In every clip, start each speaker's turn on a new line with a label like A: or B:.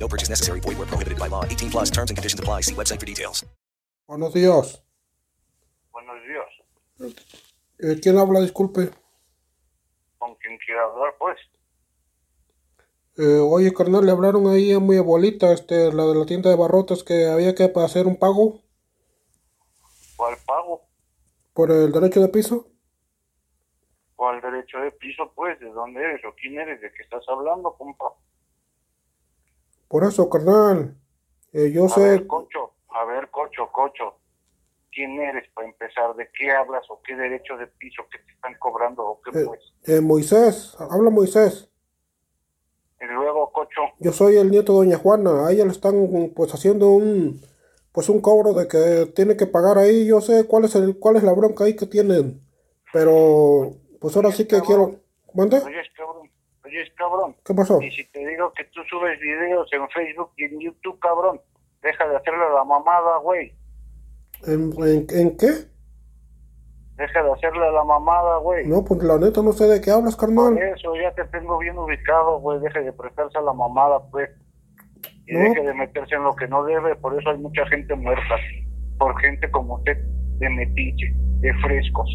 A: No purchase necessary. Void where prohibited by law. 18 plus terms and conditions apply. See website for details.
B: Buenos días.
C: Buenos días.
B: Eh, ¿Quién habla? Disculpe.
C: ¿Con quién quiero hablar, pues?
B: Eh, oye, carnal, le hablaron ahí a mi abuelita, este, la de la tienda de barrotes, que había que pa- hacer un pago
C: ¿Cuál pago?
B: por el derecho de piso.
C: ¿Cuál derecho de piso, pues? ¿De dónde eres o quién eres? ¿De qué estás hablando, compa?
B: Por eso, carnal. Eh, yo
C: A
B: sé,
C: ver, cocho. A ver, cocho, cocho. ¿Quién eres para empezar? ¿De qué hablas o qué derecho de piso que te están cobrando o qué,
B: eh,
C: pues?
B: eh, Moisés, habla Moisés.
C: Y luego, cocho,
B: Yo soy el nieto de Doña Juana. A ella le están, pues, haciendo un, pues, un cobro de que tiene que pagar ahí. Yo sé cuál es el, cuál es la bronca ahí que tienen. Pero, pues, ahora sí que quiero. ¿Mande?
C: oye, es cabrón. Oye, es cabrón.
B: ¿Qué pasó?
C: Y si te digo que tú subes videos en Facebook y en YouTube, cabrón, deja de hacerle la mamada, güey.
B: ¿En, en, en qué?
C: Deja de hacerle la mamada, güey.
B: No, pues, la neta no sé de qué hablas, carnal.
C: Eso, ya te tengo bien ubicado, güey. Deje de prestarse a la mamada, pues. Y
B: No.
C: deje de meterse en lo que no debe. Por eso hay mucha gente muerta. Por gente como usted, de metiche, de frescos.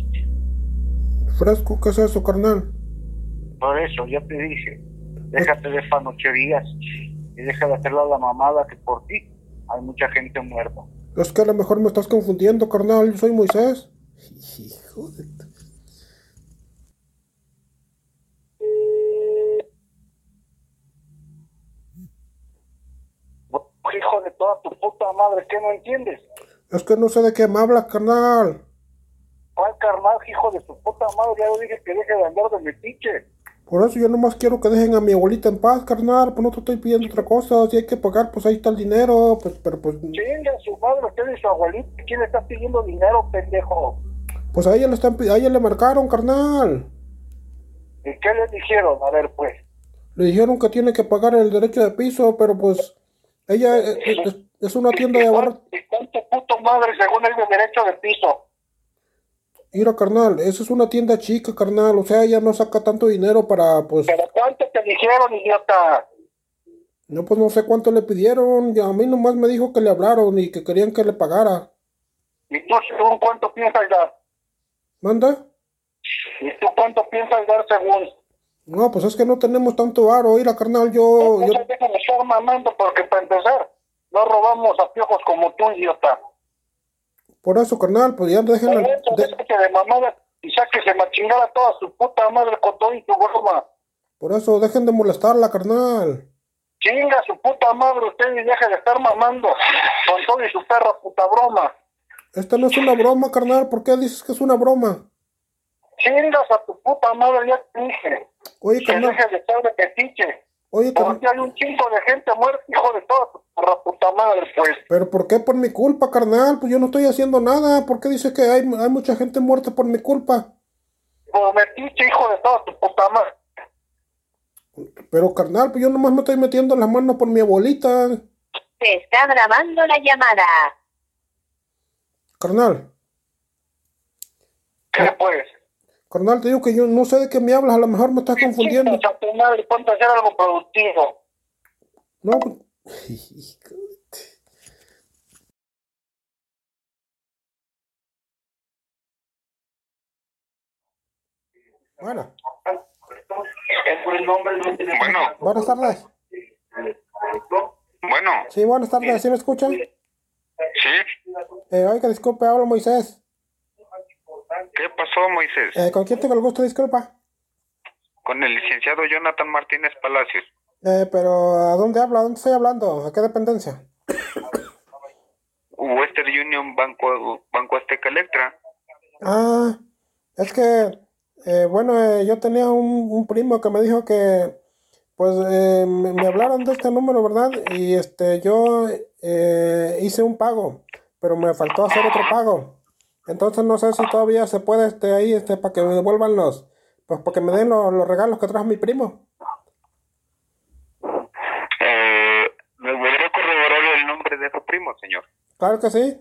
B: Fresco, ¿qué es eso, carnal?
C: Por eso, ya te dije. Déjate de fanocherías. Y deja de hacerle a la mamada que por ti hay mucha gente muerta.
B: Es que a lo mejor me estás confundiendo, carnal. Yo soy Moisés. Hijo de... tu-
C: Hijo de toda tu puta madre, ¿qué no entiendes?
B: Es que no sé de qué me hablas, carnal.
C: ¿Cuál carnal, hijo de tu puta madre? Ya le dije que deje de andar de metiche.
B: Por eso yo nomás quiero que dejen a mi abuelita en paz, carnal. Pues no te estoy pidiendo otra cosa. Si hay que pagar, pues ahí está el dinero. Pues, pero pues,
C: Chinga su madre, usted y su abuelita. ¿Quién le está pidiendo dinero, pendejo?
B: pues a ella le están, pi- a ella le marcaron, carnal.
C: ¿Y qué le dijeron? A ver, pues.
B: Le dijeron que tiene que pagar el derecho de piso, pero pues ella eh, eh, es, es una tienda de barra.
C: ¿Y cuánto puto madre según el de derecho de piso?
B: Mira, carnal, esa es una tienda chica, carnal. O sea, ella no saca tanto dinero para, pues,
C: ¿Pero cuánto te dijeron, idiota?
B: No, pues no sé cuánto le pidieron. y A mí nomás me dijo que le hablaron y que querían que le pagara.
C: ¿Y tú según cuánto piensas dar?
B: ¿Manda?
C: ¿Y tú cuánto piensas dar según?
B: No, pues es que no tenemos tanto varo. Mira, carnal, yo, Oh, yo...
C: Entonces déjame estar mamando porque para empezar, no robamos a piojos como tú, idiota.
B: Por eso, carnal, pues ya déjenla...
C: Por eso,
B: de-
C: déjate de mamada y sáquese a chingar a toda su puta madre con todo y tu broma.
B: Por eso, dejen de molestarla, carnal.
C: Chinga su puta madre usted y deje de estar mamando con todo y su perra puta broma.
B: Esta no es una broma, carnal. ¿Por qué dices que es una broma?
C: Chingas a tu puta madre, ya te dije.
B: Oye,
C: Que
B: carnal,
C: dejes de estar de petiche.
B: oye, carnal.
C: Porque hay un chingo de gente muerta, hijo de toda tu perra puta madre, pues.
B: ¿Pero por qué por mi culpa, carnal? Pues yo no estoy haciendo nada. ¿Por qué dices que hay, hay mucha gente muerta por mi culpa?
C: Por metiche, hijo de toda tu puta madre.
B: Pero, carnal, pues yo nomás me estoy metiendo las manos por mi abuelita.
D: Se está grabando la llamada.
B: Carnal,
C: ¿Qué, pues?
B: Carnal, te digo que yo no sé de qué me hablas, a lo mejor me estás confundiendo.
C: Chingas a tu madre y ponte a hacer algo productivo.
B: No. pues- Bueno,
E: Bueno,
B: buenas tardes.
E: bueno,
B: Sí, buenas tardes, ¿sí me escuchan?
C: ¿Sí?
B: Eh, oiga, disculpe, hablo Moisés.
C: ¿Qué pasó, Moisés?
B: Eh, ¿Con quién tengo el gusto? Disculpa.
C: Con el licenciado Jonathan Martínez Palacios.
B: Eh, pero ¿a dónde hablo? ¿A dónde estoy hablando? ¿A qué dependencia?
C: Western Union Banco, Banco Azteca Electra.
B: Ah, es que, eh, bueno, eh, yo tenía un, un primo que me dijo que, pues, eh, me, me hablaron de este número, ¿verdad? Y este, yo eh, hice un pago, pero me faltó hacer otro pago. Entonces no sé si todavía se puede este ahí, este, para que me devuelvan los, pues, para que me den los, los regalos que trajo mi primo.
C: Eh, ¿Me podría corroborar el nombre de su primo, señor?
B: Claro que sí.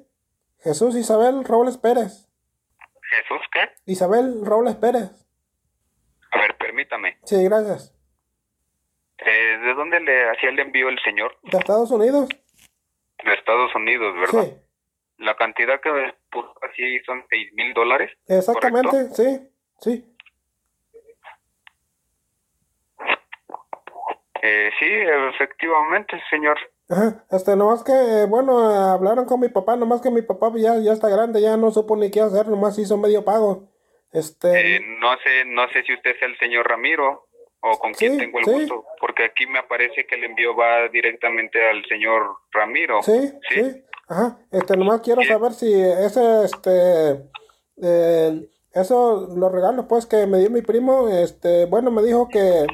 B: Jesús Isabel Robles Pérez.
C: ¿Jesús qué?
B: Isabel Robles Pérez.
C: A ver, permítame.
B: Sí, gracias.
C: Eh, ¿De dónde le hacía el envío el señor?
B: ¿De Estados Unidos?
C: De Estados Unidos, ¿verdad?
B: Sí,
C: La cantidad que me puso así son seis mil dólares.
B: exactamente,
C: ¿correcto?
B: sí, sí.
C: Eh, sí, efectivamente, señor.
B: Ajá, este, nomás que, eh, bueno, eh, hablaron con mi papá, nomás que mi papá ya, ya está grande, ya no supo ni qué hacer, nomás hizo medio pago. Este,
C: Eh, no sé, no sé si usted es el señor Ramiro o con
B: Sí,
C: quién tengo el
B: sí.
C: gusto, porque aquí me aparece que el envío va directamente al señor Ramiro.
B: sí,
C: sí.
B: sí, ajá, este, nomás quiero
C: Sí.
B: saber si ese, este, eh, eso, los regalos, pues, que me dio mi primo, este, bueno, me dijo que,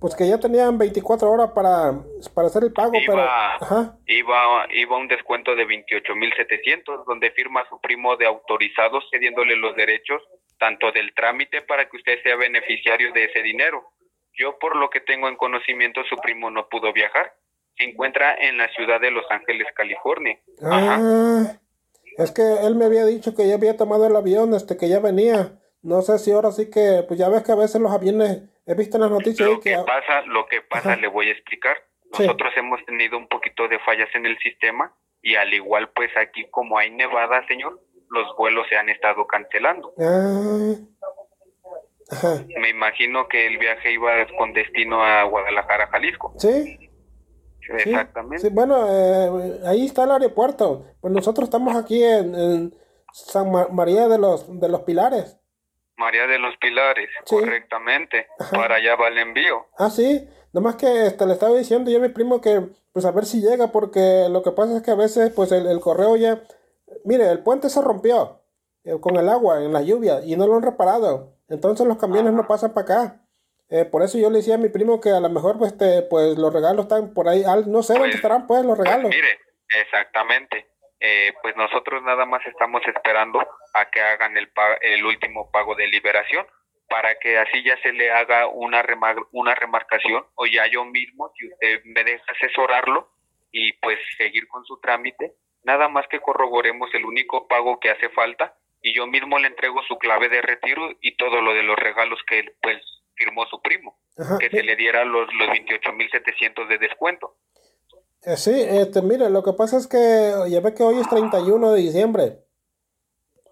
B: pues, que ya tenían 24 horas para, para hacer el pago, pero,
C: Iba-
B: ajá,
C: Iba, iba un descuento de 28.700, donde firma su primo de autorizado cediéndole los derechos, tanto del trámite para que usted sea beneficiario de ese dinero. Yo, por lo que tengo en conocimiento, su primo no pudo viajar. Se encuentra en la ciudad de Los Ángeles, California. Ajá.
B: ah, es que él me había dicho que ya había tomado el avión, este, que ya venía. No sé si ahora sí que, pues ya ves que a veces los aviones, he visto en las noticias ahí
C: Lo
B: que...
C: que pasa, lo que pasa,
B: Ajá.
C: le voy a explicar.
B: Sí.
C: Nosotros hemos tenido un poquito de fallas en el sistema y al igual, pues aquí como hay nevada, señor, los vuelos se han estado cancelando.
B: Ah, ajá.
C: Me imagino que el viaje iba con destino a Guadalajara, Jalisco.
B: ¿Sí? sí, sí,
C: Exactamente.
B: bueno, eh, ahí está el aeropuerto. Pues nosotros estamos aquí en, en San Ma- María de los, de los Pilares.
C: María de los Pilares,
B: Sí.
C: correctamente.
B: Ajá.
C: Para allá va el envío.
B: Ah, sí. Nomás que este, le estaba diciendo yo a mi primo que, pues a ver si llega, porque lo que pasa es que a veces, pues el, el correo ya. Mire, el puente se rompió eh, con el agua, en la lluvia, y no lo han reparado. Entonces los camiones no pasan para acá. Eh, por eso yo le decía a mi primo que a lo mejor, pues, este, pues los regalos están por ahí. al- No sé dónde
C: Pues-
B: estarán, pues, los
C: Pues
B: regalos.
C: mire, exactamente. Eh, pues nosotros nada más estamos esperando a que hagan el, pa- el último pago de liberación para que así ya se le haga una, remar- una remarcación o ya yo mismo, si usted me deja asesorarlo y pues seguir con su trámite, nada más que corroboremos el único pago que hace falta y yo mismo le entrego su clave de retiro y todo lo de los regalos que él, pues firmó su primo,
B: Ajá.
C: que se le diera los, los 28.700 de descuento.
B: Eh, sí, este, mire, lo que pasa es que ya ve que hoy es 31 de diciembre.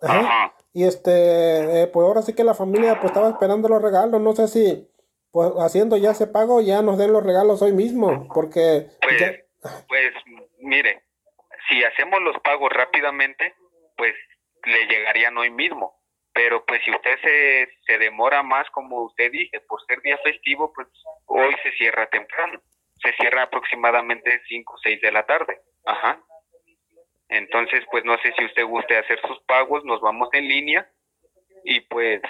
B: Ajá.
C: Ajá.
B: Y este, eh, pues ahora sí que la familia pues estaba esperando los regalos, no sé si pues haciendo ya ese pago ya nos den los regalos hoy mismo, porque
C: Pues,
B: ya-
C: pues mire, si hacemos los pagos rápidamente, pues le llegarían hoy mismo. Pero pues si usted se, se demora más, como usted dije, por ser día festivo, pues hoy se cierra temprano. Se cierra aproximadamente 5 o 6 de la tarde. Ajá. Entonces, pues no sé si usted guste hacer sus pagos, nos vamos en línea y pues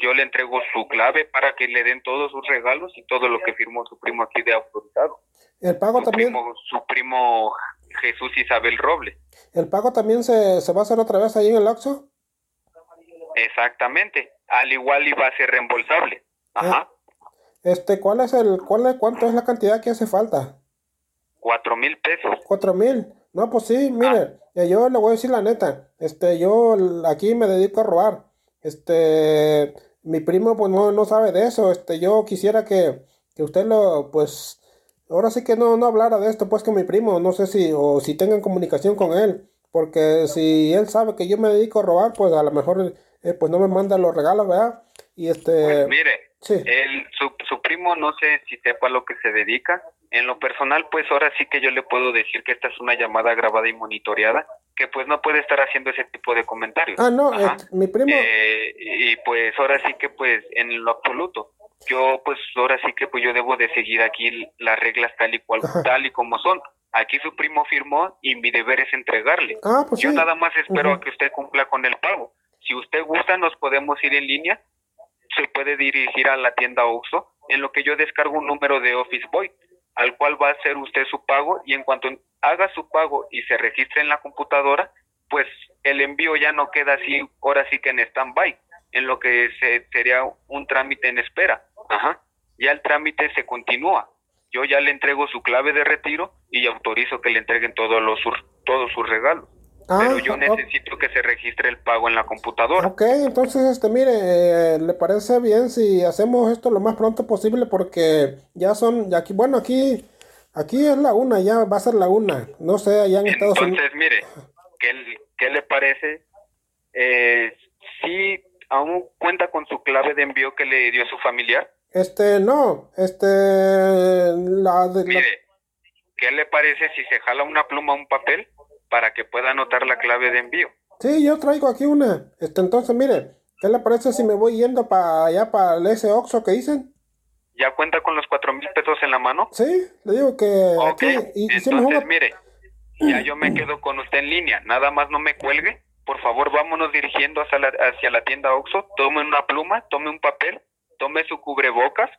C: yo le entrego su clave para que le den todos sus regalos y todo lo que firmó su primo aquí de autorizado
B: el pago
C: su
B: también,
C: primo, su primo Jesús Isabel Robles.
B: el pago también se, se va a hacer otra vez ahí en el Oxxo.
C: Exactamente. Al igual iba a ser reembolsable.
B: Ah.
C: Ajá.
B: Este, ¿cuál es el, cuál es, cuánto es la cantidad que hace falta?
C: Cuatro mil pesos.
B: Cuatro mil. No, pues sí,
C: Ah.
B: mire, eh, yo le voy a decir la neta, este, yo l- aquí me dedico a robar, este, mi primo pues no, no sabe de eso, este, yo quisiera que, que usted lo, pues, ahora sí que no, no hablara de esto, pues con mi primo, no sé si, o si tengan comunicación con él, porque si él sabe que yo me dedico a robar, pues a lo mejor, eh, pues no me manda los regalos, ¿verdad? Y este,
C: Pues mire,
B: sí,
C: él, su, su primo no sé si sepa a lo que se dedica. En lo personal, pues ahora sí que yo le puedo decir que esta es una llamada grabada y monitoreada que pues no puede estar haciendo ese tipo de comentarios.
B: Ah, no,
C: Ajá.
B: este, mi primo.
C: Eh, y pues ahora sí que pues en lo absoluto. Yo pues ahora sí que pues yo debo de seguir aquí l- las reglas tal y cual,
B: Ajá.
C: tal y como son. Aquí su primo firmó y mi deber es entregarle.
B: Ah, pues
C: yo
B: sí.
C: nada más espero
B: Ujú.
C: a que usted cumpla con el pago. Si usted gusta nos podemos ir en línea. Se puede dirigir a la tienda Oxxo en lo que yo descargo un número de Office Boy al cual va a hacer usted su pago y en cuanto haga su pago y se registre en la computadora, pues el envío ya no queda así, ahora sí que en stand-by, en lo que se, sería un trámite en espera. Ajá. Ya el trámite se continúa. Yo ya le entrego su clave de retiro y autorizo que le entreguen todos los sus- todos sus regalos.
B: Ah,
C: Pero yo
B: ah,
C: necesito que se registre el pago en la computadora.
B: Ok, entonces, este, mire, eh, ¿le parece bien si hacemos esto lo más pronto posible? Porque ya son, ya aquí, bueno, aquí, aquí es la una, ya va a ser la una. No sé, allá pues, en Estados Unidos.
C: Entonces, mire, ¿qué, qué le parece? Eh, si aún cuenta con su clave de envío que le dio su familiar,
B: Este, no, este, la de, la-
C: mire, ¿qué le parece si se jala una pluma o un papel para que pueda anotar la clave de envío?
B: Sí, yo traigo aquí una. Este, entonces, mire, ¿qué le parece si me voy yendo para allá, para ese Oxxo que dicen?
C: ¿Ya cuenta con los cuatro mil pesos en la mano?
B: Sí, le digo que
C: Ok,
B: aquí, y y hicimos
C: entonces
B: una-
C: mire, ya yo me quedo con usted en línea, nada más no me cuelgue, por favor vámonos dirigiendo hacia la, hacia la tienda Oxxo, tome una pluma, tome un papel, tome su cubrebocas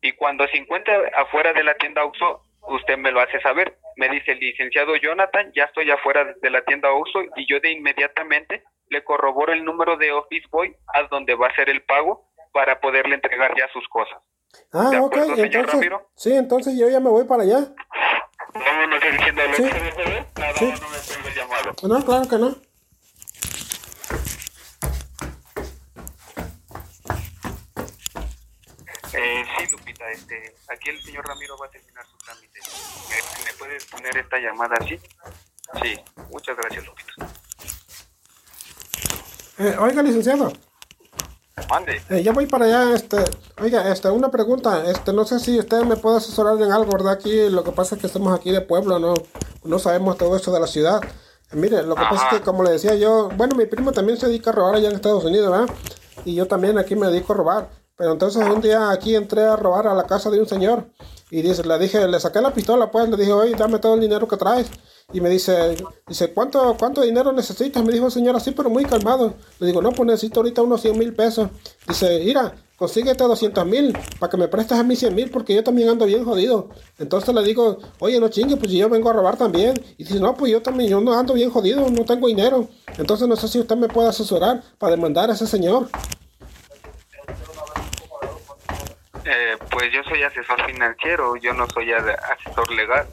C: y cuando se encuentre afuera de la tienda Oxxo, usted me lo hace saber. Me dice, licenciado Jonathan, ya estoy afuera de la tienda Oxxo y yo de inmediatamente le corroboro el número de Office Boy a donde va a ser el pago para poderle entregar ya sus cosas.
B: Ah,
C: ¿De
B: ok,
C: acuerdo, señor
B: entonces,
C: Ramiro?
B: sí, entonces yo ya me voy para allá.
C: Vámonos dirigiendo al
B: Sí.
C: Oxxo, ¿verdad? nada
B: Sí.
C: más no me cuelgue el llamado.
B: No, claro que no.
C: Eh, sí, Lupita, este, aquí el señor Ramiro va a terminar su trámite. Eh, ¿Me, me puedes poner esta llamada así? Sí, muchas gracias, Lupita.
B: Eh, oiga, licenciado.
C: Mande.
B: Eh, ya voy para allá, este, oiga, este, una pregunta, este, no sé si usted me puede asesorar en algo, ¿verdad? Aquí lo que pasa es que estamos aquí de pueblo, no, no sabemos todo esto de la ciudad. Eh, mire, lo que pasa es que como le decía yo, bueno, mi primo también se dedica a robar allá en Estados Unidos, ¿verdad? Y yo también aquí me dedico a robar. Pero entonces un día aquí entré a robar a la casa de un señor y dice, le dije, le saqué la pistola, pues, le dije, oye, dame todo el dinero que traes. Y me dice, dice, ¿cuánto, cuánto dinero necesitas? Me dijo el señor así, pero muy calmado. Le digo, no, pues necesito ahorita unos 100 mil pesos. Dice, mira, consíguete 200 mil para que me prestes a mí 100 mil porque yo también ando bien jodido. Entonces le digo, oye, no chingue, pues yo vengo a robar también. Y dice, no, pues yo también, yo no ando bien jodido, no tengo dinero. Entonces no sé si usted me puede asesorar para demandar a ese señor.
C: Eh, pues yo soy asesor financiero, yo no soy ade- asesor legal.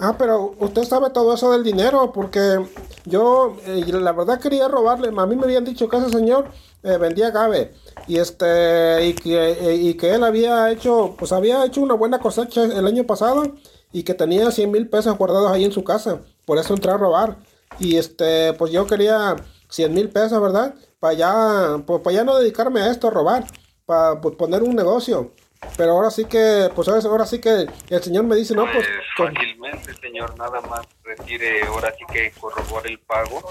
B: Ah, pero usted sabe todo eso del dinero, porque yo eh, la verdad quería robarle. A mí me habían dicho que ese señor eh, vendía agave y este y que, eh, y que él había hecho, pues había hecho una buena cosecha el año pasado y que tenía 100 mil pesos guardados ahí en su casa. Por eso entré a robar y este, pues yo quería 100 mil pesos, ¿verdad? Para ya, pues para ya no dedicarme a esto, a robar, para pues, poner un negocio. Pero ahora sí que, pues ahora- ahora sí que el señor me dice, no, pues...
C: pues
B: con-
C: fácilmente, señor, nada más retire, ahora sí que corrobore el pago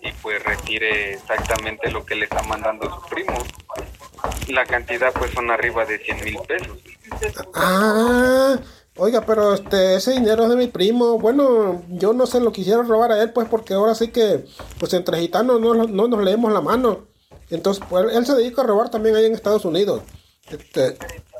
C: y pues retire exactamente lo que le está mandando su primo. La cantidad pues son arriba de 100 mil pesos.
B: Ah, oiga, pero este, ese dinero es de mi primo. Bueno, yo no se lo quisiera robar a él, pues, porque ahora sí que, pues, entre gitanos no, lo- no nos leemos la mano. Entonces, pues, él se dedica a robar también ahí en Estados Unidos. Este,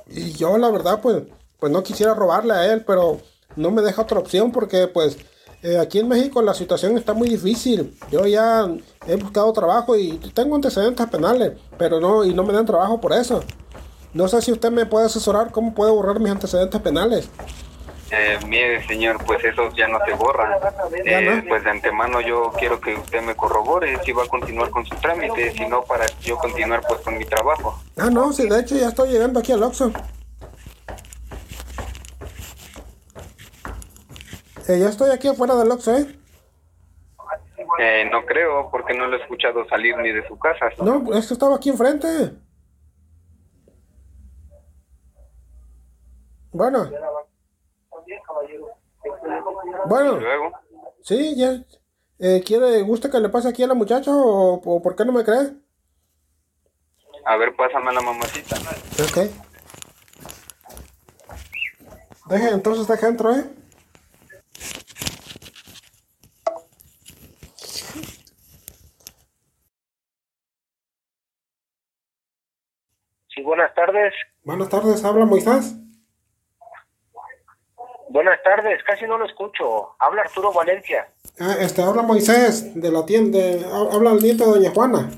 B: y yo, la verdad, pues, pues no quisiera robarle a él, pero no me deja otra opción porque, pues, eh, aquí en México la situación está muy difícil. Yo ya he buscado trabajo y tengo antecedentes penales, pero no, y no me dan trabajo por eso. No sé si usted me puede asesorar cómo puedo borrar mis antecedentes penales.
C: Eh, mire, señor, pues esos ya no se borran.
B: Ya
C: Eh,
B: no.
C: pues de antemano yo quiero que usted me corrobore si va a continuar con su trámite, si no para yo continuar pues con mi trabajo.
B: Ah, no, sí, de hecho ya estoy llegando aquí al Oxxo. Eh, ya estoy aquí afuera del Oxxo, ¿eh?
C: Eh, no creo, porque no lo he escuchado salir ni de su casa.
B: No, es que estaba aquí enfrente. Bueno. Bueno,
C: Luego,
B: sí, ya. eh, ¿quiere, gusta que le pase aquí a la muchacha o, o por qué no me cree?
D: A ver, pásame a la mamacita.
B: Ok. Deje, entonces deje entro, ¿eh?
D: Sí, buenas tardes.
B: Buenas tardes, habla Moisés.
D: Buenas tardes, casi no lo escucho. Habla Arturo Valencia.
B: Ah, este, habla Moisés, de la tienda, de- ha- habla el nieto de Doña Juana.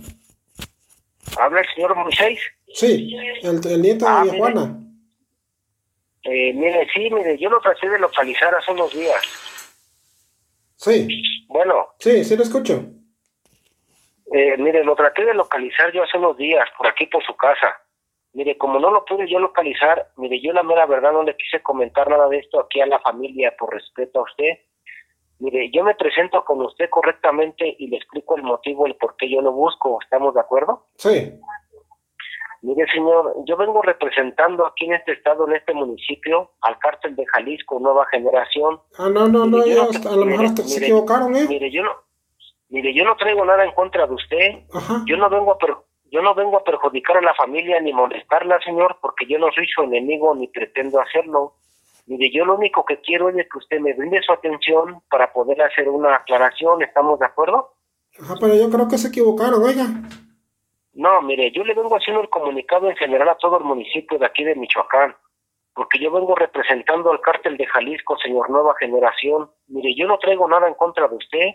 D: Habla el señor Moisés.
B: Sí, el, el nieto de
D: Ah,
B: Doña
D: mire.
B: Juana.
D: Eh, mire, sí, mire, yo lo traté de localizar hace unos días.
B: Sí,
D: Bueno,
B: sí, sí lo escucho.
D: Eh, mire, lo traté de localizar yo hace unos días, por aquí por su casa. Mire, como no lo pude yo localizar, mire, yo la mera verdad no le quise comentar nada de esto aquí a la familia por respeto a usted. Mire, yo me presento con usted correctamente y le explico el motivo, el por qué yo lo busco. ¿Estamos de acuerdo?
B: Sí,
D: Mire, señor, yo vengo representando aquí en este estado, en este municipio, al cártel de Jalisco, Nueva Generación,
B: Ah, no, no, no,
D: Mire, yo
B: ya
D: no-
B: hasta- a lo mejor
D: mire,
B: hasta se
D: mire,
B: equivocaron, ¿eh?
D: Mire, yo no, mire, yo no traigo nada en contra de usted.
B: Ajá.
D: Yo no vengo a per- yo no vengo a perjudicar a la familia ni molestarla, señor, porque yo no soy su enemigo ni pretendo hacerlo. Mire, yo lo único que quiero es de que usted me brinde su atención para poder hacer una aclaración, ¿estamos de acuerdo?
B: Ajá, pero yo creo que se equivocaron, oiga.
D: No, mire, yo le vengo haciendo el comunicado en general a todo el municipio de aquí de Michoacán, porque yo vengo representando al cártel de Jalisco, señor Nueva Generación. Mire, yo no traigo nada en contra de usted,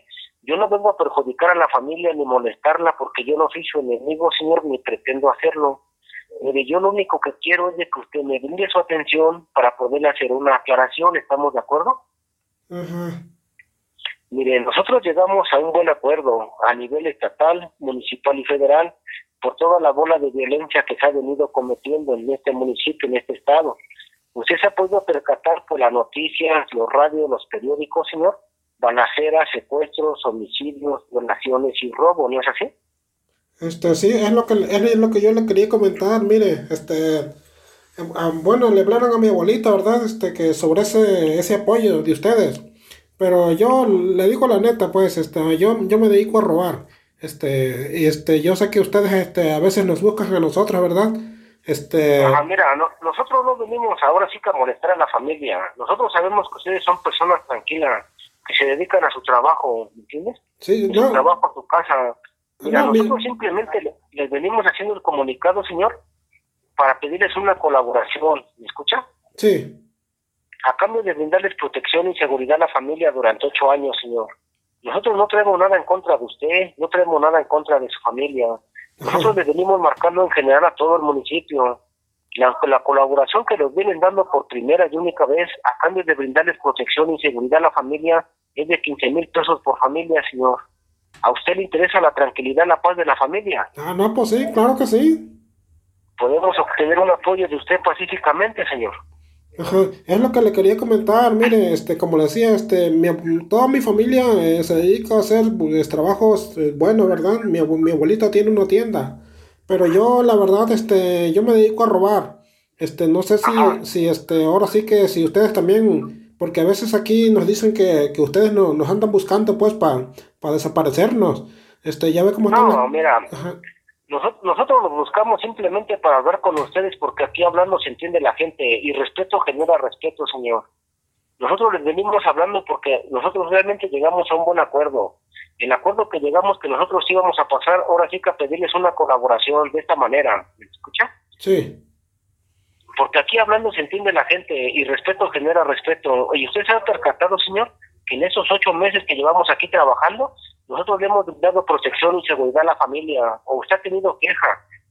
D: yo no vengo a perjudicar a la familia ni molestarla, porque yo no soy su enemigo, señor, ni pretendo hacerlo. Mire, yo lo único que quiero es de que usted me brinde su atención para poder hacer una aclaración, ¿estamos de acuerdo?
B: Ajá.
D: Mire, nosotros llegamos a un buen acuerdo a nivel estatal, municipal y federal por toda la bola de violencia que se ha venido cometiendo en este municipio, en este estado. ¿Usted se ha podido percatar por las noticias, los radios, los periódicos, señor? Balaceras, secuestros, homicidios, donaciones y robo, ¿no es así?
B: Este, sí, es lo que, es lo que yo le quería comentar, mire, este, em, am, bueno, le hablaron a mi abuelita, ¿verdad? Este, que sobre ese, ese apoyo de ustedes, pero yo le digo la neta, pues, este, yo, yo me dedico a robar, este, y este, yo sé que ustedes, este, a veces nos buscan a nosotros, ¿verdad? Este,
D: Ajá, Ah, mira, no- nosotros no venimos ahora sí que a molestar a la familia. Nosotros sabemos que ustedes son personas tranquilas, que se dedican a su trabajo, ¿entiendes?
B: sí,
D: de
B: no,
D: su trabajo a su casa. Mira,
B: No,
D: nosotros
B: mi-
D: simplemente le- les venimos haciendo el comunicado, señor, para pedirles una colaboración, ¿me escucha?
B: sí,
D: A cambio de brindarles protección y seguridad a la familia durante ocho años, señor. Nosotros no traemos nada en contra de usted, no traemos nada en contra de su familia. Nosotros les venimos marcando en general a todo el municipio. La, la colaboración que nos vienen dando por primera y única vez a cambio de brindarles protección y seguridad a la familia es de 15 mil pesos por familia, señor. ¿A usted le interesa la tranquilidad, la paz de la familia?
B: ah, no, pues sí, claro que sí.
D: Podemos obtener un apoyo de usted pacíficamente, señor.
B: Ajá, es lo que le quería comentar, mire, este, como le decía, este, mi ab- toda mi familia eh, se dedica a hacer pues, trabajos eh, buenos, ¿verdad? Mi, abu- mi abuelita tiene una tienda, pero yo, la verdad, este, yo me dedico a robar, este, no sé si,
D: Ajá.
B: si, este, ahora sí que si ustedes también, porque a veces aquí nos dicen que, que ustedes no, nos andan buscando, pues, para desaparecernos, este, ya ve cómo están
D: No,
B: las-
D: mira,
B: Ajá,
D: Nosotros, nosotros los buscamos simplemente para hablar con ustedes porque aquí hablando se entiende la gente y respeto genera respeto, señor. Nosotros les venimos hablando porque nosotros realmente llegamos a un buen acuerdo. El acuerdo que llegamos que nosotros íbamos a pasar ahora sí que a pedirles una colaboración de esta manera. ¿Me escucha?
B: sí,
D: Porque aquí hablando se entiende la gente y respeto genera respeto. Y usted se ha percatado, señor, que en esos ocho meses que llevamos aquí trabajando, nosotros le hemos dado protección y seguridad a la familia. ¿O usted ha tenido queja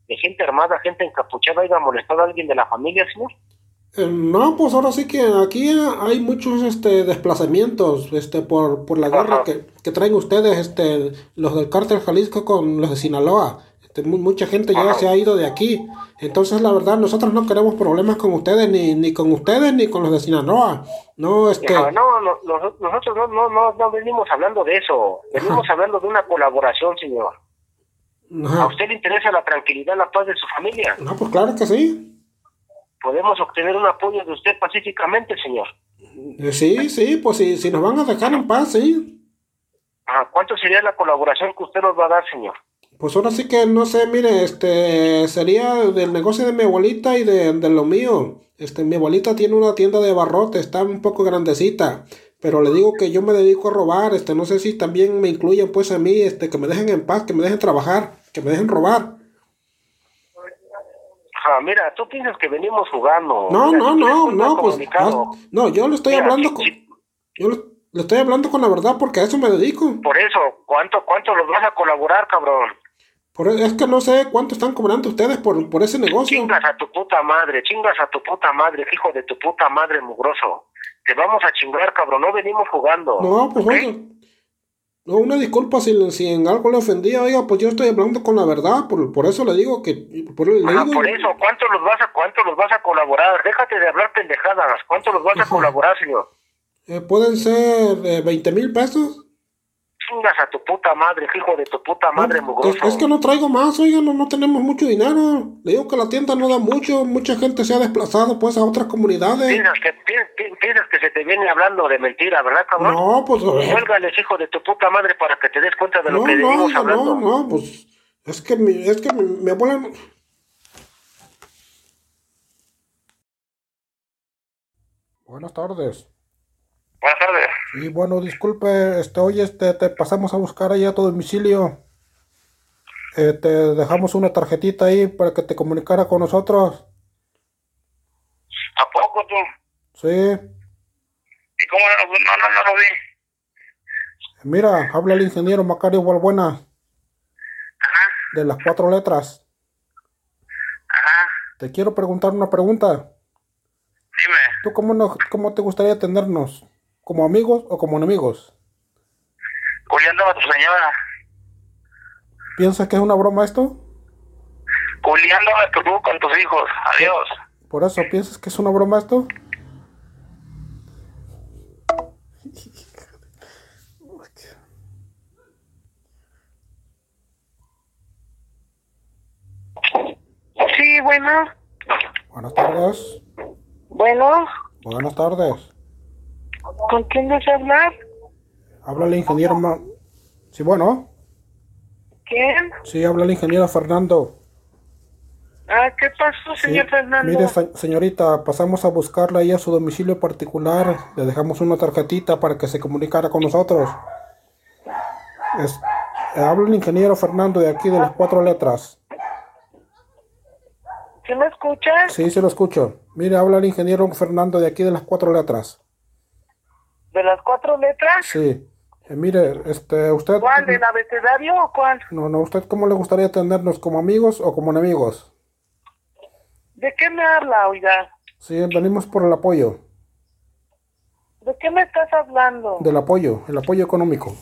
D: de gente armada, gente encapuchada, iba a molestar a alguien de la familia, señor?
B: Eh, No, pues ahora sí que aquí hay muchos este desplazamientos este por, por la guerra
D: Ajá.
B: que, que traen ustedes este los del cártel Jalisco con los de Sinaloa. Este, mu- mucha gente ya
D: Ajá.
B: se ha ido de aquí. Entonces, la verdad, nosotros no queremos problemas con ustedes ni, ni con ustedes ni con los de Sinaloa. No, este
D: Ajá, No, no, no, nosotros no, no, no, no venimos hablando de eso. Venimos hablando de una colaboración, señor.
B: ajá.
D: ¿A usted le interesa la tranquilidad, la paz de su familia?
B: No, pues claro que sí.
D: Podemos obtener un apoyo de usted pacíficamente, señor.
B: Eh, Sí, sí, pues si, si nos van a dejar en paz, sí.
E: Ajá, ¿Cuánto sería la colaboración que usted nos va a dar, señor?
B: Pues ahora sí que no sé, mire, este sería del negocio de mi abuelita y de, de lo mío. Este, mi abuelita tiene una tienda de barrotes, está un poco grandecita, pero le digo que yo me dedico a robar, este, no sé si también me incluyen pues a mí, este, que me dejen en paz, que me dejen trabajar, que me dejen robar.
E: Ajá, mira, tú piensas que venimos jugando.
B: No,
E: Mira,
B: no,
E: si quieres,
B: no,
E: pues,
B: no,
E: mal
B: pues
E: comunicado.
B: no, no, yo le estoy
E: Mira,
B: hablando
E: si-
B: con,
E: si-
B: yo le, le estoy hablando con la verdad porque a eso me dedico.
E: por eso, ¿cuánto, cuánto los vas a colaborar, cabrón?
B: Por, e, es que no sé cuánto están cobrando ustedes por, por ese negocio.
E: Chingas a tu puta madre, chingas a tu puta madre, hijo de tu puta madre mugroso. Te vamos a chingar, cabrón, no venimos jugando.
B: No, pues
E: ¿ok?
B: oiga. No, una disculpa si, le- si en algo le ofendí, oiga, pues yo estoy hablando con la verdad, por, por eso le digo que... Por, le
E: Ajá,
B: digo-
E: por eso, ¿cuánto los vas a, cuánto los vas a colaborar? Déjate de hablar pendejadas, ¿cuánto los vas a colaborar, señor?
B: eh, pueden ser eh, 20 mil pesos.
E: Chingas a tu puta madre, hijo de tu puta madre
B: No, es,
E: mugroso.
B: es que no traigo más, oiga, no, no tenemos mucho dinero. Le digo que la tienda no da mucho, mucha gente se ha desplazado pues a otras comunidades.
E: ¿Piensas que, pi- pi- piensas que se te viene hablando de mentira, ¿verdad, cabrón?
B: No, pues... eh,
E: Cuélgales, hijo de tu puta madre, para que te des cuenta de lo
B: No,
E: que
B: no,
E: venimos
B: oiga,
E: hablando.
B: no, no, pues... Es que mi, es que mi, mi abuela... Buenas tardes.
E: Buenas tardes.
B: Y bueno, disculpe, este, oye, este, te pasamos a buscar ahí a tu domicilio. Eh, te dejamos una tarjetita ahí para que te comunicara con nosotros.
E: ¿A poco tú?
B: Sí,
E: ¿Y cómo no, no, no, no lo vi?
B: mira, habla el ingeniero Macario Valbuena,
E: Ajá,
B: de las cuatro letras.
E: ajá,
B: Te quiero preguntar una pregunta.
E: dime.
B: ¿Tú cómo, no, cómo te gustaría tenernos? ¿Como amigos o como enemigos?
E: Culeando a tu señora.
B: ¿Piensas que es una broma esto?
E: Culeando a tu tú con tus hijos. Adiós.
B: Por eso, ¿piensas que es una broma esto?
D: Sí, bueno.
B: Buenas tardes.
D: Bueno,
B: Buenas tardes.
D: ¿con quién vas a hablar?
B: Habla el ingeniero Ma... Sí, bueno.
D: ¿Quién?
B: Sí, habla el ingeniero Fernando.
D: Ah, ¿qué pasó,
B: Sí, Mire, se- señorita, pasamos a buscarla ahí a su domicilio particular. Le dejamos una tarjetita para que se comunicara con nosotros. Es- habla el ingeniero Fernando de aquí de las cuatro letras.
D: ¿Sí me escuchas?
B: Sí, se lo escucho. Mire, habla el ingeniero Fernando de aquí de las cuatro letras.
D: ¿De las cuatro letras?
B: Sí. Eh, mire, este, usted...
D: ¿Cuál? ¿Del abecedario o cuál?
B: No, no, ¿usted cómo le gustaría atendernos? ¿Como amigos o como enemigos?
D: ¿De qué me habla, oiga?
B: Sí, venimos por el apoyo.
D: ¿De qué me estás hablando?
B: Del apoyo, el apoyo económico.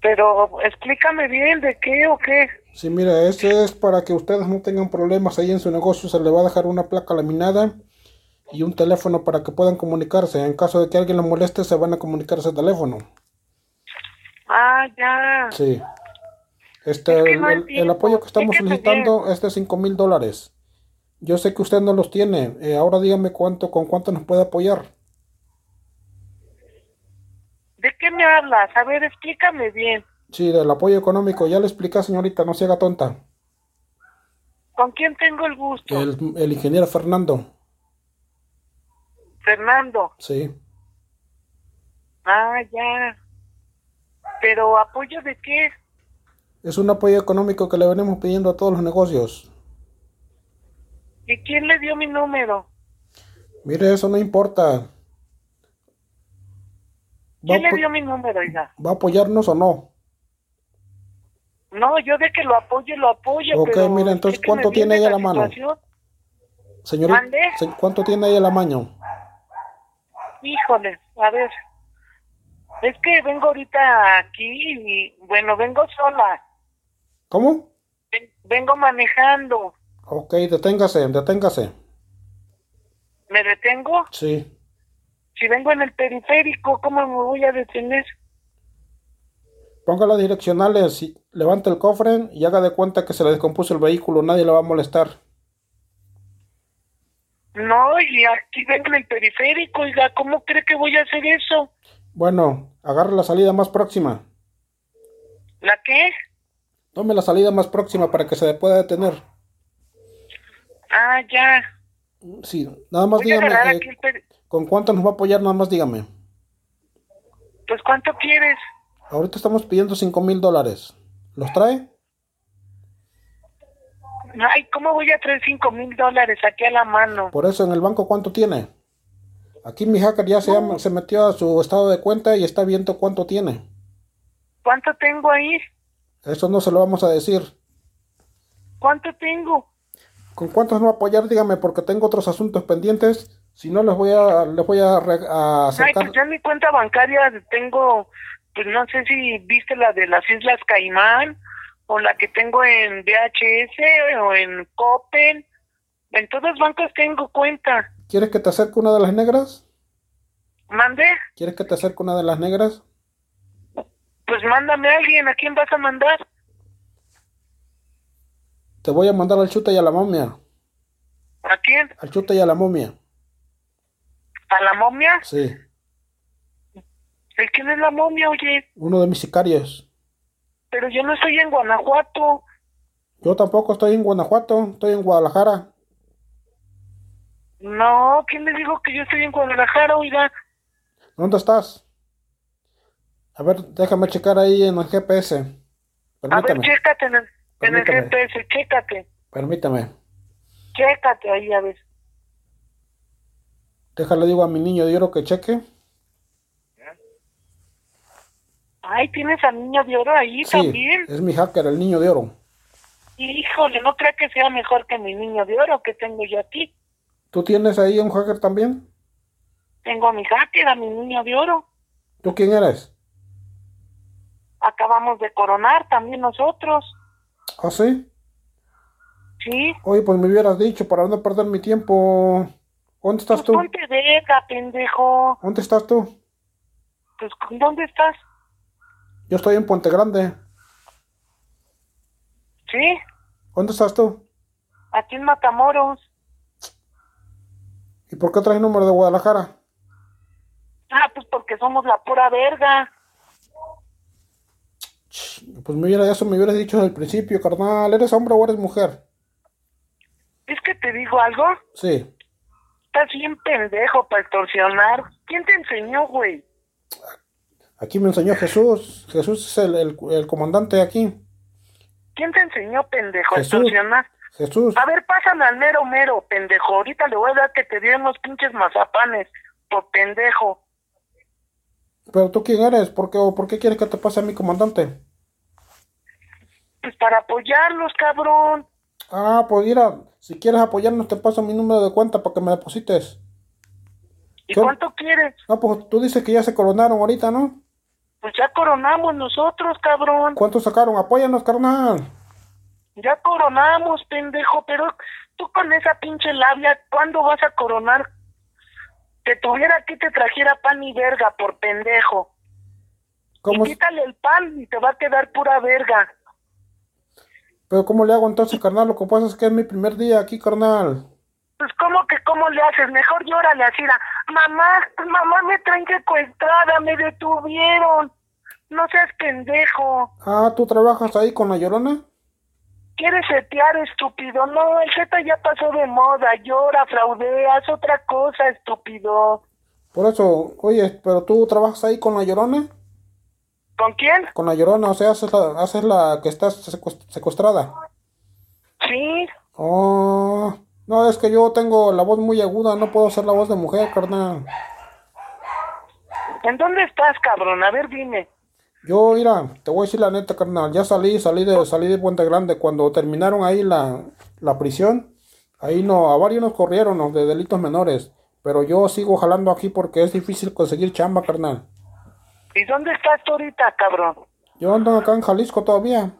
D: Pero explícame bien, ¿de qué o qué?
B: Sí, mira, ese es para que ustedes no tengan problemas ahí en su negocio. Se le va a dejar una placa laminada y un teléfono para que puedan comunicarse. En caso de que alguien lo moleste, se van a comunicar ese teléfono.
D: Ah, ya.
B: Sí. Este,
D: Es que
B: el,
D: no
B: el- el
D: entiendo.
B: apoyo que estamos
D: Es que
B: solicitando es de 5 mil dólares. Yo sé que usted no los tiene. Eh, ahora dígame cuánto, con cuánto nos puede apoyar.
D: ¿De qué me hablas? A ver, explícame bien.
B: Sí, del apoyo económico. Ya le expliqué, señorita, no se haga tonta.
D: ¿Con quién tengo el gusto?
B: El, el ingeniero Fernando.
D: Fernando.
B: Sí.
D: Ah, ya. Pero apoyo de qué?
B: Es un apoyo económico que le venimos pidiendo a todos los negocios.
D: ¿Y quién le dio mi número?
B: Mire, eso no importa. ¿Va a,
D: ¿Quién le
B: apo-
D: dio mi número, oiga?
B: va a apoyarnos o no?
D: No, yo de que lo apoyo, lo apoyo.
B: Ok,
D: pero
B: mira, entonces,
D: explíqueme
B: ¿cuánto
D: bien
B: tiene ella
D: esa
B: la mano?
D: situación.
B: Señorita,
D: ¿Mande?
B: se- ¿cuánto tiene ahí el amaño?
D: Híjole, a ver. Es que vengo ahorita aquí y, bueno, vengo sola.
B: ¿Cómo?
D: Ven- Vengo manejando.
B: Ok, deténgase, deténgase.
D: ¿Me detengo?
B: Sí.
D: Si vengo en el periférico, ¿cómo me voy a detener?
B: Ponga las direccionales, y levante el cofre y haga de cuenta que se le descompuso el vehículo, nadie la va a molestar.
D: No, y aquí vengo en el periférico, oiga, ¿cómo cree que voy a hacer eso?
B: Bueno, agarre la salida más próxima.
D: ¿La qué?
B: Tome la salida más próxima para que se pueda detener.
D: Ah, ya.
B: Sí, nada más
D: Voy a
B: dígame.
D: agarrar
B: eh,
D: aquí el ped-
B: ¿Con cuánto nos va a apoyar? Nada más dígame.
D: Pues, ¿cuánto quieres?
B: Ahorita estamos pidiendo cinco mil dólares. ¿Los trae?
D: Ay, ¿cómo voy a traer cinco mil dólares aquí a la mano?
B: Por eso en el banco cuánto tiene. Aquí mi hacker ya se, llama- se metió a su estado de cuenta y está viendo cuánto tiene.
D: ¿Cuánto tengo ahí?
B: Eso no se lo vamos a decir.
D: ¿Cuánto tengo?
B: ¿Con cuántos no apoyar? Dígame, porque tengo otros asuntos pendientes. Si no, les voy a, les voy a, re- a
D: Ay,
B: acercar.
D: pues yo en mi cuenta bancaria tengo, pues no sé si viste la de las Islas Caimán, o la que tengo en VHS, o en Coppel. En todos los bancos tengo cuenta.
B: ¿Quieres que te acerque una de las negras?
D: ¿Mandé?
B: ¿Quieres que te acerque una de las negras?
D: Pues mándame a alguien, ¿a quién vas a mandar?
B: Te voy a mandar al chute y a la momia.
D: ¿A quién?
B: Al chute y a la momia.
D: ¿A la momia?
B: Sí.
D: ¿El quién es la momia, oye?
B: Uno de mis sicarios.
D: Pero yo no estoy en Guanajuato.
B: Yo tampoco estoy en Guanajuato, estoy en Guadalajara.
D: No, ¿quién les dijo que yo estoy en Guadalajara, oiga?
B: ¿Dónde estás? A ver, déjame checar ahí en el GPS.
D: A ver,
B: Permítame,
D: chécate en el, en el
B: Permítame.
D: GPS, chécate,
B: permítame.
D: chécate ahí, a ver.
B: Déjale, digo a mi niño de oro que cheque.
D: Ay, tienes al niño de oro ahí
B: Sí, eh.
D: también.
B: es mi hacker, el niño de oro.
D: Híjole, no creo que sea mejor que mi niño de oro que tengo yo aquí.
B: ¿Tú tienes ahí un hacker también?
D: Tengo a mi hacker, a mi niño de oro.
B: ¿Tú quién eres?
D: Acabamos de coronar también nosotros.
B: ¿Ah, sí?
D: Sí,
B: Oye, pues me hubieras dicho para no perder mi tiempo. ¿Dónde
D: pues
B: estás tú?
D: ponte verga, pendejo.
B: ¿Dónde estás tú?
D: Pues, ¿dónde estás?
B: Yo estoy en Puente Grande.
D: Sí,
B: ¿Dónde estás tú?
D: aquí en Matamoros.
B: ¿Y por qué traes número de Guadalajara?
D: Ah, pues porque somos la pura verga.
B: Pues me hubiera, eso me hubieras dicho desde el principio, carnal. ¿Eres hombre o eres mujer?
D: ¿Es que te digo algo?
B: Sí.
D: Estás bien pendejo para extorsionar. ¿Quién te enseñó, güey?
B: Aquí me enseñó Jesús. Jesús es el, el- el comandante aquí.
D: ¿Quién te enseñó, pendejo, a
B: Jesús.
D: extorsionar?
B: Jesús.
D: A ver, pásame al mero mero, pendejo. Ahorita le voy a dar que te dieron los pinches mazapanes, por pendejo.
B: Pero tú quién eres? ¿Por qué, o ¿Por qué quieres que te pase a mi comandante?
D: Pues para apoyarlos, cabrón.
B: Ah, pues mira, si quieres apoyarnos, te paso mi número de cuenta para que me deposites.
D: ¿Y
B: Yo-
D: cuánto quieres?
B: Ah, pues tú dices que ya se coronaron ahorita, ¿no?
D: Pues ya coronamos nosotros, cabrón.
B: ¿Cuánto sacaron? Apóyanos, carnal.
D: Ya coronamos, pendejo, pero tú con esa pinche labia, ¿cuándo vas a coronar? Te tuviera que te trajera pan y verga, por pendejo.
B: ¿Cómo,
D: Y quítale el pan y te va a quedar pura verga.
B: pero ¿cómo le hago entonces, carnal? Lo que pasa es que es mi primer día aquí, carnal.
D: Pues, ¿cómo que cómo le haces? Mejor llórale así, da, mamá, mamá, me traen secuestrada, me detuvieron. No seas pendejo.
B: Ah, ¿tú trabajas ahí con la llorona?
D: ¿Quieres setear, estúpido? No, el Z ya pasó de moda. Llora, fraudea, haz otra cosa, estúpido.
B: Por eso, oye, pero tú trabajas ahí con la llorona?
D: ¿Con quién?
B: Con la llorona, o sea, haces la, haces la que estás secuest- secuestrada.
D: Sí.
B: Oh, no, es que yo tengo la voz muy aguda, no puedo hacer la voz de mujer, carnal.
D: ¿En dónde estás, cabrón? A ver, dime.
B: Yo, mira, te voy a decir la neta, carnal. Ya salí, salí de, salí de Puente Grande. Cuando terminaron ahí la, la prisión, ahí no, a varios nos corrieron los de delitos menores. Pero yo sigo jalando aquí porque es difícil conseguir chamba, carnal.
D: ¿Y dónde estás tú ahorita, cabrón?
B: Yo ando acá en Jalisco todavía.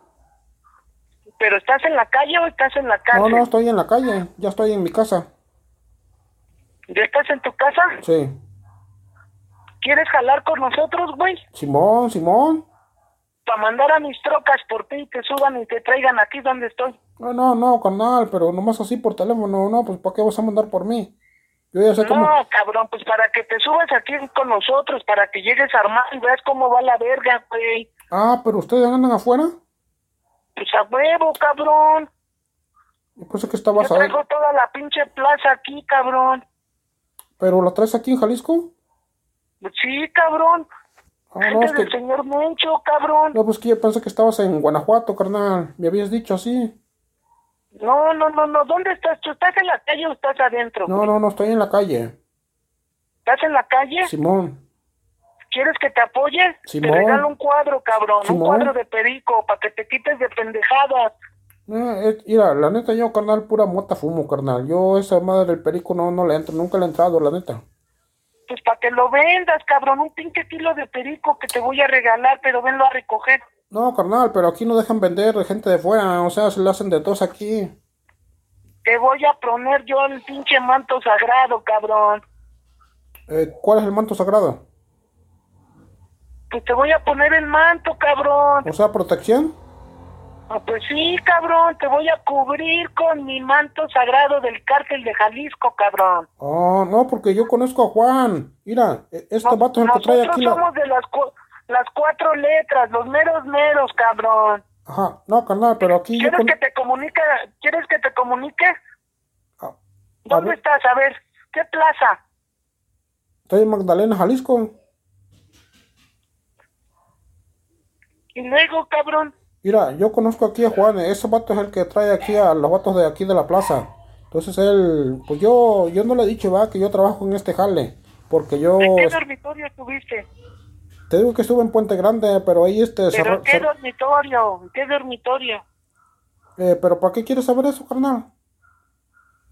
D: ¿Pero estás en la calle o estás en la
B: No,
D: cárcel?
B: no, estoy en la calle. Ya estoy en mi casa.
D: ¿Ya estás en tu casa?
B: Sí.
D: ¿Quieres jalar con nosotros, güey?
B: Simón, Simón.
D: para mandar a mis trocas por ti y que suban y te traigan aquí donde estoy.
B: No, no, no, carnal, pero nomás así por teléfono, no, pues ¿para qué vas a mandar por mí? Yo ya sé cómo.
D: No, cabrón, pues para que te subas aquí con nosotros, para que llegues armado y veas cómo va la verga, güey.
B: Ah, pero ustedes andan afuera.
D: Pues a huevo, cabrón.
B: Yo pensé que estabas
D: Yo
B: ahí.
D: traigo toda la pinche plaza aquí, cabrón.
B: ¿Pero la traes aquí en Jalisco?
D: Pues sí, cabrón.
B: Ah, no,
D: Gente
B: es que.
D: del señor Mencho, cabrón.
B: No, pues que yo pensé que estabas en Guanajuato, carnal. Me habías dicho así.
D: No, no, no, no. ¿Dónde estás? ¿Tú estás en la calle o estás adentro?
B: No, no, no, estoy en la calle.
D: ¿Estás en la calle?
B: Simón.
D: ¿Quieres que te apoye?
B: Simón.
D: Te regalo un cuadro, cabrón. Un
B: Simón.
D: cuadro de perico, para que te quites de pendejadas.
B: No, eh, mira, la neta, yo, carnal, pura mota fumo, carnal. Yo, esa madre del perico, no, no le entro. Nunca le he entrado, la neta.
D: Pues para que lo vendas, cabrón. Un pinche kilo de perico que te voy a regalar, pero venlo a recoger.
B: No, carnal, pero aquí no dejan vender gente de fuera. O sea, se le hacen de tos aquí.
D: Te voy a poner yo el pinche manto sagrado, cabrón.
B: Eh, ¿cuál es el manto sagrado?
D: Pues te voy a poner el manto, cabrón.
B: O sea, protección.
D: Ah, pues sí, cabrón. Te voy a cubrir con mi manto sagrado del cártel de Jalisco, cabrón.
B: Oh, no, porque yo conozco a Juan. Mira, e- este
D: No-
B: vato es el que
D: nosotros
B: trae aquí la...
D: somos de las, cu- las cuatro letras, los meros meros, cabrón.
B: Ajá, no, carnal, pero aquí yo
D: ¿Quieres
B: con...
D: que te comunique? ¿Quieres que te comunique?
B: Ah, a
D: ¿Dónde
B: ver,
D: estás? A ver, ¿qué plaza?
B: estoy en Magdalena, Jalisco.
D: Y luego, cabrón.
B: Mira, yo conozco aquí a Juan. Ese vato es el que trae aquí a los vatos de aquí de la plaza. Entonces él... Pues yo, yo no le he dicho, va, que yo trabajo en este jale. Porque yo...
D: ¿En qué
B: es-
D: dormitorio estuviste?
B: Te digo que estuve en Puente Grande, pero ahí este...
D: ¿Pero
B: cerró-
D: en qué
B: cer-
D: dormitorio? ¿En qué dormitorio?
B: eh, pero ¿para qué quieres saber eso, carnal?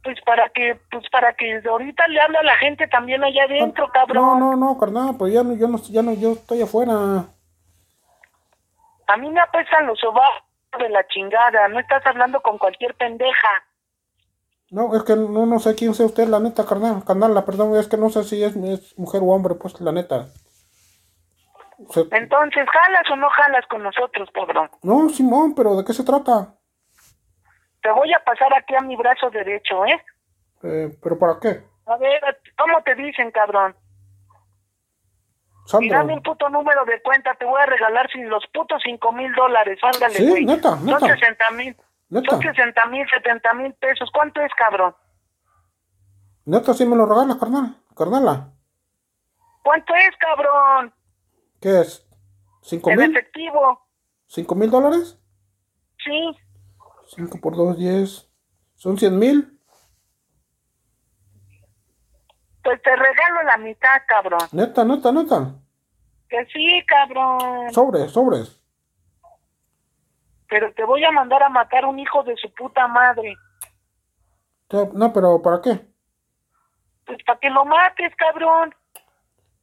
D: Pues para que, pues para que ahorita le habla a la gente también allá adentro,
B: Ah, No,
D: cabrón.
B: no, no, carnal, pues ya no, yo no, ya no, yo estoy afuera.
D: A mí me apestan los sobajos de la chingada. No estás hablando con cualquier pendeja.
B: No, es que no, no sé quién sea usted, la neta, carnal, carnal, la perdón, es que no sé si es, es mujer o hombre, pues, la neta. O sea,
D: Entonces, ¿jalas o no jalas con nosotros, cabrón?
B: no, Simón, pero ¿de qué se trata?
D: Te voy a pasar aquí a mi brazo derecho, ¿eh?
B: Eh, ¿pero para qué?
D: A ver, ¿cómo te dicen, cabrón? Y
B: Sandro.
D: dame un puto número de cuenta, te voy a regalar sin los putos cinco mil dólares, ándale,
B: Sí,
D: güey.
B: neta, neta.
D: Son 60 mil,
B: Neta,
D: son 60 mil, 70 mil pesos, ¿cuánto es, cabrón?
B: neta, sí me lo regalas, carnal, carnala.
D: ¿Cuánto es, cabrón?
B: ¿Qué es? ¿Cinco
D: En
B: mil?
D: efectivo,
B: ¿Cinco mil dólares?
D: sí,
B: Cinco por dos, diez. ¿Son cien mil?
D: pues te regalo la mitad, cabrón.
B: Neta, neta, neta.
D: Que sí, cabrón,
B: Sobres, sobres.
D: pero te voy a mandar a matar un hijo de su puta madre.
B: Te- No, pero ¿para qué?
D: Pues para que lo mates, cabrón.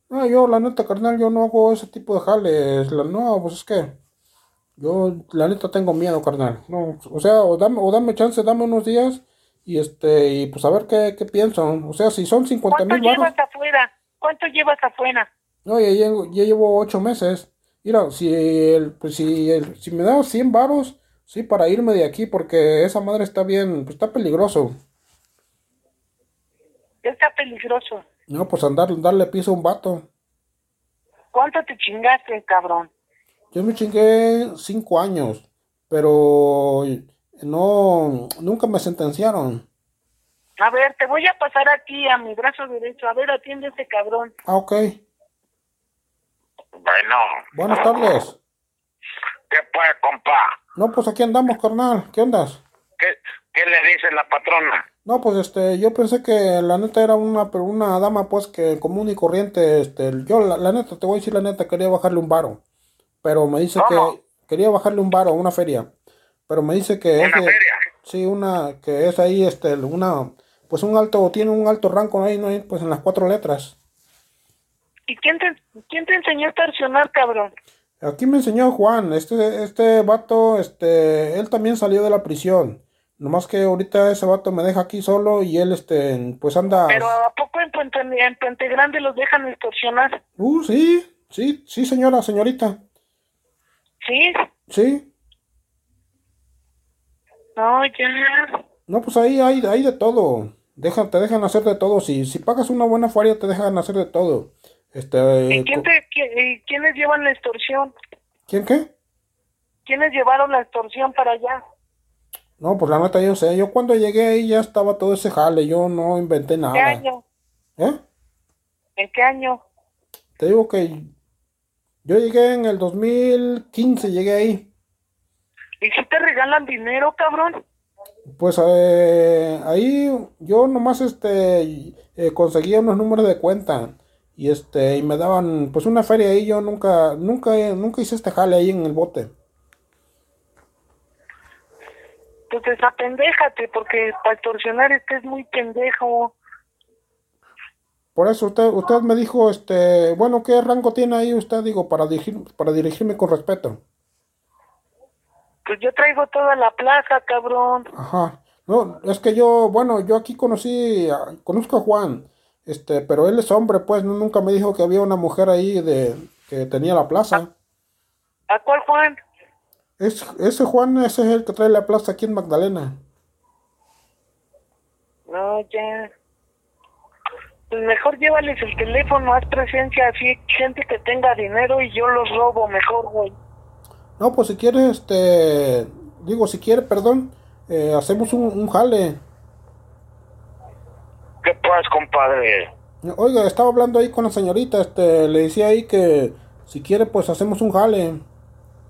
B: No, yo, la neta, carnal, yo no hago ese tipo de jales. la- no, pues es que. Yo, la neta, tengo miedo, carnal. No, o sea, o dame, o dame chance, dame unos días. Y este, y pues a ver qué, qué piensan. O sea, si son 50
D: ¿Cuánto
B: mil baros.
D: llevas afuera? ¿Cuánto llevas afuera?
B: No, ya, llevo- ya llevo 8 meses. Mira, si, el, pues si, el- si me da 100 varos, sí, para irme de aquí, porque esa madre está bien, pues está peligroso.
D: Ya está peligroso.
B: No, pues andar, darle piso a un vato.
D: ¿Cuánto te chingaste, cabrón?
B: Yo me chingué cinco años, pero no, nunca me sentenciaron.
D: A ver, te voy a pasar aquí a mi brazo derecho. A ver, atiende a este cabrón.
B: Ah, ok.
E: Bueno,
B: Buenas tardes.
E: ¿qué puede, compa?
B: No, pues aquí andamos, carnal. ¿Qué ondas?
E: ¿Qué, qué le dice la patrona?
B: No, pues este, yo pensé que la neta era una, pero una dama, pues que común y corriente, este, yo la, la neta, te voy a decir la neta, quería bajarle un varo, pero me dice
E: ¿Cómo?
B: que quería bajarle un varo, una feria, pero me dice que es
E: ¿Una
B: de-
E: feria?
B: sí, una, que es ahí, este, una, pues un alto, tiene un alto rango ahí, ¿no? Ahí, Pues en las cuatro letras.
D: ¿Y quién te, quién te enseñó a torsionar, cabrón?
B: Aquí me enseñó Juan, este, este vato, este, él también salió de la prisión. Nomás que ahorita ese vato me deja aquí solo y él, este, pues anda.
D: Pero ¿a poco en Puente, en Puente Grande los dejan extorsionar?
B: Uh, sí, sí, sí, señora, señorita.
D: ¿Sí?
B: Sí.
D: No, ya.
B: No, pues ahí hay, hay de todo. Dejan, te dejan hacer de todo. Si, si pagas una buena feria, te dejan hacer de todo. Este,
D: ¿Y quién
B: co-
D: te- qui- y quiénes llevan la extorsión?
B: ¿Quién qué?
D: ¿Quiénes llevaron la extorsión para allá?
B: No, pues la neta yo sé. Yo cuando llegué ahí ya estaba todo ese jale. Yo no inventé
D: ¿Qué
B: nada.
D: año?
B: ¿Eh?
D: ¿En qué año?
B: Te digo que yo llegué en el 2015, llegué ahí.
D: ¿Y si te regalan dinero, cabrón?
B: Pues eh, ahí yo nomás este eh, conseguía unos números de cuenta y este y me daban pues una feria ahí. Yo nunca nunca nunca hice este jale ahí en el bote.
D: Pues desapendéjate, porque para extorsionar este es muy pendejo.
B: Por eso usted usted me dijo este bueno qué rango tiene ahí usted digo para dirigir para dirigirme con respeto.
D: Pues yo traigo toda la plaza, cabrón.
B: Ajá. No, es que yo, bueno, yo aquí conocí, a- conozco a Juan, este, pero él es hombre, pues, no- nunca me dijo que había una mujer ahí de, que tenía la plaza.
D: ¿A cuál Juan?
B: Es, ese Juan, ese es el que trae la plaza aquí en Magdalena.
D: No, ya. Pues mejor llévales el teléfono, haz presencia así, gente que tenga dinero y yo los robo mejor, güey.
B: No, pues si quiere, este, digo, si quiere, perdón, eh, hacemos un, un jale.
E: ¿Qué pues, compadre?
B: Oiga, estaba hablando ahí con la señorita, este, le decía ahí que si quiere, pues hacemos un jale.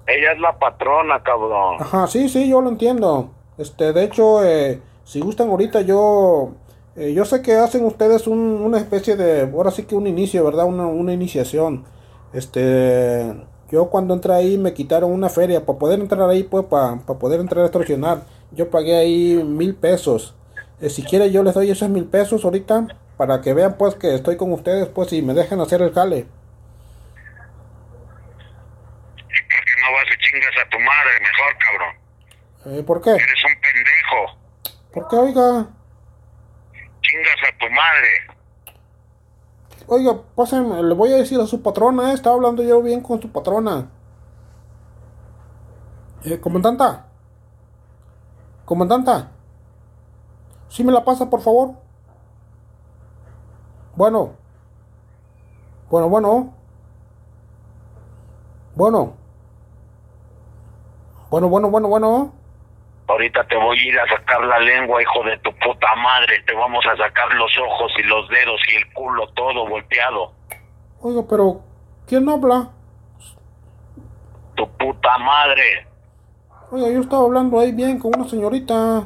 E: Ella es la patrona, cabrón.
B: Ajá, sí, sí, yo lo entiendo. Este, de hecho, eh, si gustan ahorita, yo, eh, yo sé que hacen ustedes un- una especie de, ahora sí que un inicio, ¿verdad? Una, una iniciación. Este, yo cuando entré ahí me quitaron una feria para poder entrar ahí, pues, para, poder entrar a extorsionar. Yo pagué ahí mil pesos. Eh, si quieren, yo les doy esos mil pesos ahorita para que vean, pues, que estoy con ustedes, pues, y me dejen hacer el jale.
E: Porque no vas y chingas a tu madre, mejor, cabrón.
B: Eh, ¿por qué?
E: Eres un pendejo.
B: ¿Por qué, oiga?
E: Chingas a tu madre.
B: Oiga, pásenme, le voy a decir a su patrona, eh, estaba hablando yo bien con su patrona. Eh, comandanta. Comandanta. ¿Sí me la pasa, por favor? Bueno. Bueno, bueno. Bueno. Bueno, bueno, bueno, bueno.
E: Ahorita te voy a ir a sacar la lengua, hijo de tu puta madre. Te vamos a sacar los ojos y los dedos y el culo todo volteado.
B: Oiga, pero ¿quién habla?
E: Tu puta madre.
B: Oiga, yo estaba hablando ahí bien con una señorita.